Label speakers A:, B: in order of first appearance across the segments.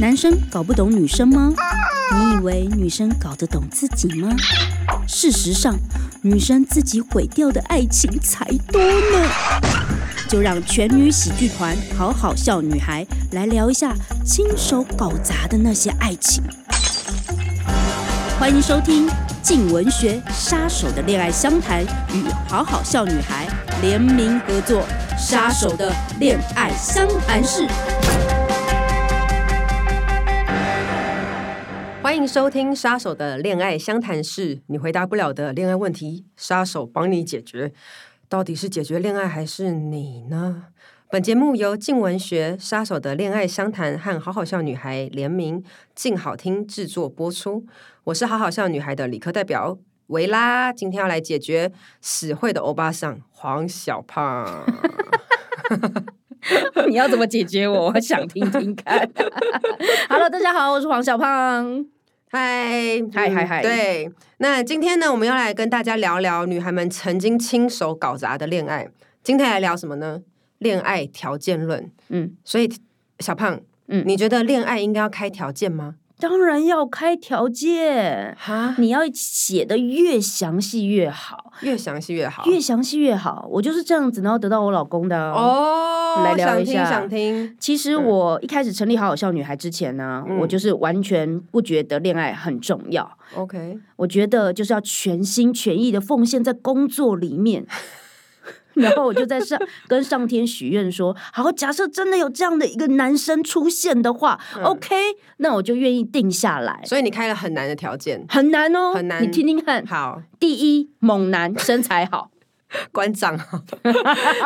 A: 男生搞不懂女生吗？你以为女生搞得懂自己吗？事实上，女生自己毁掉的爱情才多呢。就让全女喜剧团好好笑女孩来聊一下亲手搞砸的那些爱情。欢迎收听《静文学杀手的恋爱相谈》与好好笑女孩联名合作《杀手的恋爱相谈室》。
B: 欢迎收听《杀手的恋爱相谈室》，你回答不了的恋爱问题，杀手帮你解决。到底是解决恋爱还是你呢？本节目由静文学《杀手的恋爱相谈》和好好笑女孩联名静好听制作播出。我是好好笑女孩的理科代表维拉，今天要来解决死会的欧巴桑黄小胖。
C: 你要怎么解决我？我想听听看。Hello，大家 好，我是黄小胖。
B: 嗨，
C: 嗨
B: 嗯
C: 嗨嗨
B: 对，那今天呢，我们要来跟大家聊聊女孩们曾经亲手搞砸的恋爱。今天来聊什么呢？恋爱条件论。
C: 嗯，
B: 所以小胖，
C: 嗯
B: 你觉得恋爱应该要开条件吗？
C: 当然要开条件，
B: 哈，
C: 你要写的越详细越好，
B: 越详细越好。
C: 越详细越好。我就是这样子，然后得到我老公的哦。嗯
B: 哦，
C: 来聊一下
B: 想听，想听。
C: 其实我一开始成立好好笑女孩之前呢、
B: 嗯
C: 我就是完全不觉得恋爱很重要，
B: OK，
C: 我觉得就是要全心全意的奉献在工作里面。 然后我就在上跟上天许愿说，好，假设真的有这样的一个男生出现的话、o k 那我就愿意定下来。
B: 嗯所以你开了很难的条件。
C: 很难哦，
B: 很难
C: 你听听看，
B: 好，
C: 第一，猛男身材 好，
B: 关账。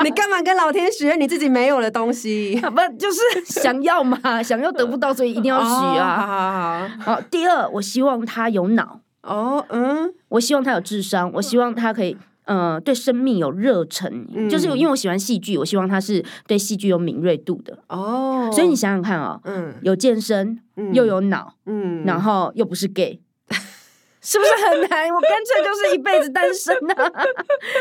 B: 你干嘛跟老天许愿你自己没有的东西？
C: 不就是想要嘛？想要得不到，所以一定要许
B: 哦
C: 啊。
B: 好好好。
C: 好，第二，我希望他有脑，
B: 哦，嗯，
C: 我希望他有智商，我希望他可以。呃，对生命有热忱，
B: 嗯
C: 就是因为我喜欢戏剧，我希望他是对戏剧有敏锐度的。
B: 哦，
C: 所以你想想看哦，
B: 嗯，
C: 有健身，
B: 嗯
C: 又有脑，
B: 嗯
C: 然后又不是 gay，是不是很难？我干脆就是一辈子单身啊！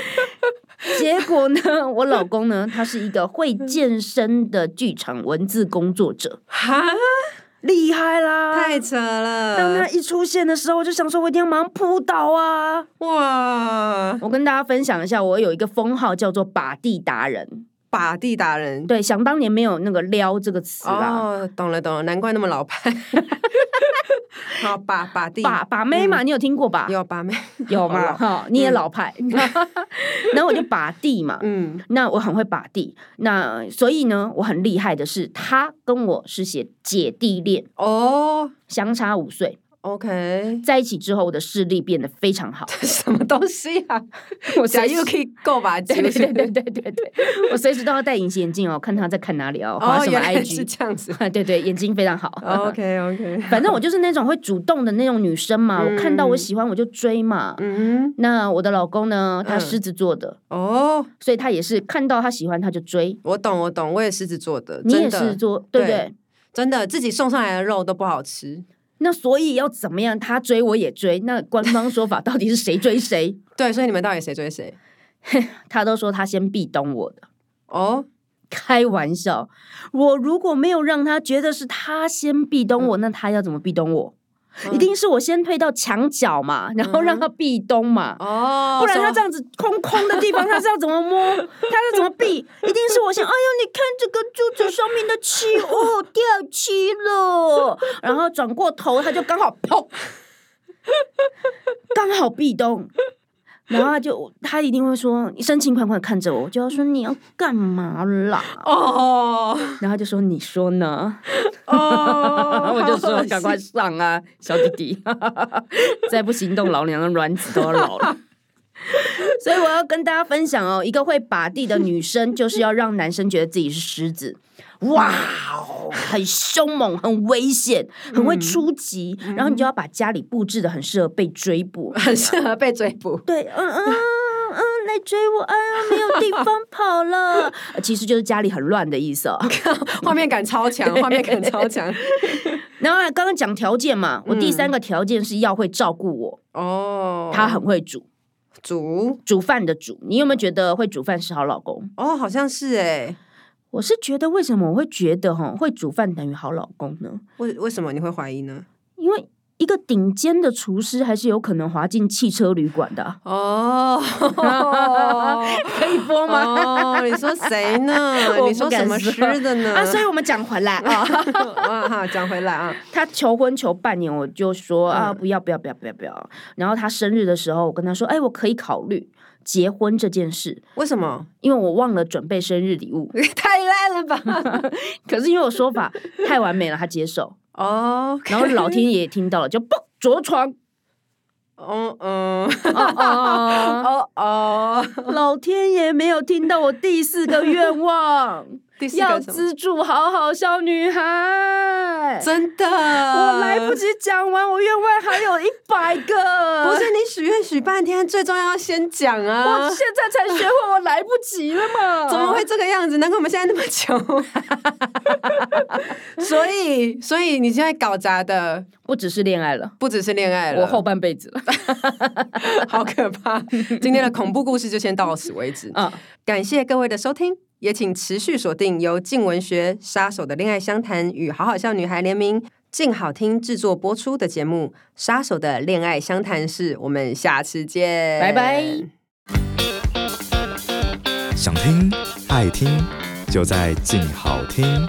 C: 结果呢，我老公呢，他是一个会健身的剧场文字工作者，
B: 哈，
C: 厉害啦！
B: 太扯了！
C: 当他一出现的时候，我就想说，我一定要马上扑倒啊！
B: 哇，
C: 我跟大家分享一下，我有一个封号叫做“把地达人
B: 把地打”，人。
C: 对，想当年没有那个“撩”这个词啦。
B: 哦，懂了懂了，难怪那么老派。 好，把把地
C: 把把妹嘛，你有听过吧？
B: 嗯有把妹，
C: 有
B: 好
C: 嘛？
B: 老
C: 哈，你也老派。 然后我就把地嘛，
B: 嗯
C: 那我很会把地，那所以呢，我很厉害的是，他跟我是写姐弟恋，
B: 哦
C: 相差五岁，
B: ，OK，。
C: 在一起之后，我的视力变得非常好
B: 什么东西啊？
C: 我
B: 假
C: 随
B: 又
C: 时
B: 可以够把
C: 对
B: 对
C: 对对对对对对，我随时都要戴隐形眼镜哦，看他在看哪里哦，滑
B: 哦，
C: 什么
B: 原来是
C: IG，
B: 这样子。
C: 对对，眼睛非常好。
B: OK OK，
C: 反正我就是那种会主动的那种女生嘛，我看到我喜欢我就追嘛。
B: 嗯，
C: 那我的老公呢，他
B: 嗯
C: 狮子座的，
B: 哦，
C: 所以他也是看到他喜欢他就追。
B: 我懂我懂，我也狮子座的，
C: 你也
B: 真
C: 狮子
B: 的
C: 座，对不
B: 对
C: 对？
B: 真的自己送上来的肉都不好吃。
C: 那所以要怎么样？他追我也追，那官方说法到底是谁追谁？
B: 对，所以你们到底谁追谁？
C: 他都说他先壁咚我的，
B: 哦，
C: 开玩笑。我如果没有让他觉得是他先壁咚
B: 嗯
C: 我，那他要怎么壁咚我？一定是我先退到墙角嘛，然
B: 嗯
C: 后让他壁咚嘛。
B: 哦，
C: 不然他
B: 说
C: 这样子空空的地方，他是要怎么 摸？他是怎么避？一定是我先，哎呦，你看这个柱子上面的漆 哦，掉漆了。然后转过头，他就刚好 砰，刚好壁咚。然后他就他一定会说，你深情款款看着我，我就要说你要干嘛啦？
B: 哦
C: 然后他就说你说呢？，
B: 哦。
C: 上啊，小弟弟， 再不行动，老娘的卵子都要老了。所以我要跟大家分享哦，一个会把地的女生，就是要让男生觉得自己是狮子，哇哦，很凶猛，很危险，很会出击，然后你就要把家里布置的很适合被追捕
B: 很适合被追捕。
C: 对，嗯嗯嗯，来追我，哎呀，没有地方跑了， 呃其实就是家里很乱的意思哦。
B: 画面感超强，画面感超强。
C: 然后啊刚刚讲条件嘛，我第三个条件是要会照顾我，
B: 哦，
C: 他很会煮，
B: 足
C: 煮饭的煮。你有没有觉得会煮饭是好老公？
B: 哦，好像是哎、
C: 我是觉得为什么我会觉得哈会煮饭等于好老公呢？
B: 为为什么你会怀疑呢？
C: 因为一个顶尖的厨师还是有可能滑进汽车旅馆的 啊、
B: 哦，
C: 可以播吗？？
B: 哦，你说谁呢
C: 我
B: 你
C: 不
B: 说
C: 敢
B: 什么
C: 说
B: 诗的 呢？
C: 啊，所以我们讲回 来啊，
B: 啊哈，讲回来啊，
C: 他求婚求半年，我就说啊，
B: 嗯
C: 不要不要不要不要不要。然后他生日的时候，我跟他说，哎，我可以考虑结婚这件事，
B: 为什么？
C: 因为我忘了准备生日礼物。
B: 太烂了吧？
C: 可是因为我说法太完美了，他接受，
B: 哦，
C: 然后老 天爷也听到了，就嘣着床，
B: 嗯嗯，
C: 哦哦
B: 哦哦，
C: 哦，老天爷没有听到我第四个愿 望，
B: 第四
C: 要
B: 个什么？
C: 资助好好笑女孩。
B: 真的，
C: 我
B: 我
C: 来不。及讲完，我愿望还有一百个，
B: 不是你许愿许半天，最重要要先讲啊
C: 我！现在才学会，我来不及了嘛？
B: 怎么会？这个样子？难怪我们现在那么 穷。所以，所以你现在搞砸的
C: 不只是恋爱了，
B: 不只是恋爱了，
C: 我后半辈 子了。
B: 好可怕！今天的恐怖故事就先到此为止。
C: 嗯，
B: 感谢各位的收听，也请持续锁定由静文学《杀手的恋爱相谈》与好好笑女孩联名。静好听制作播出的节目《杀手的恋爱相谈室》，我们下次见，
C: 拜拜
D: 想听爱听，就在静好听。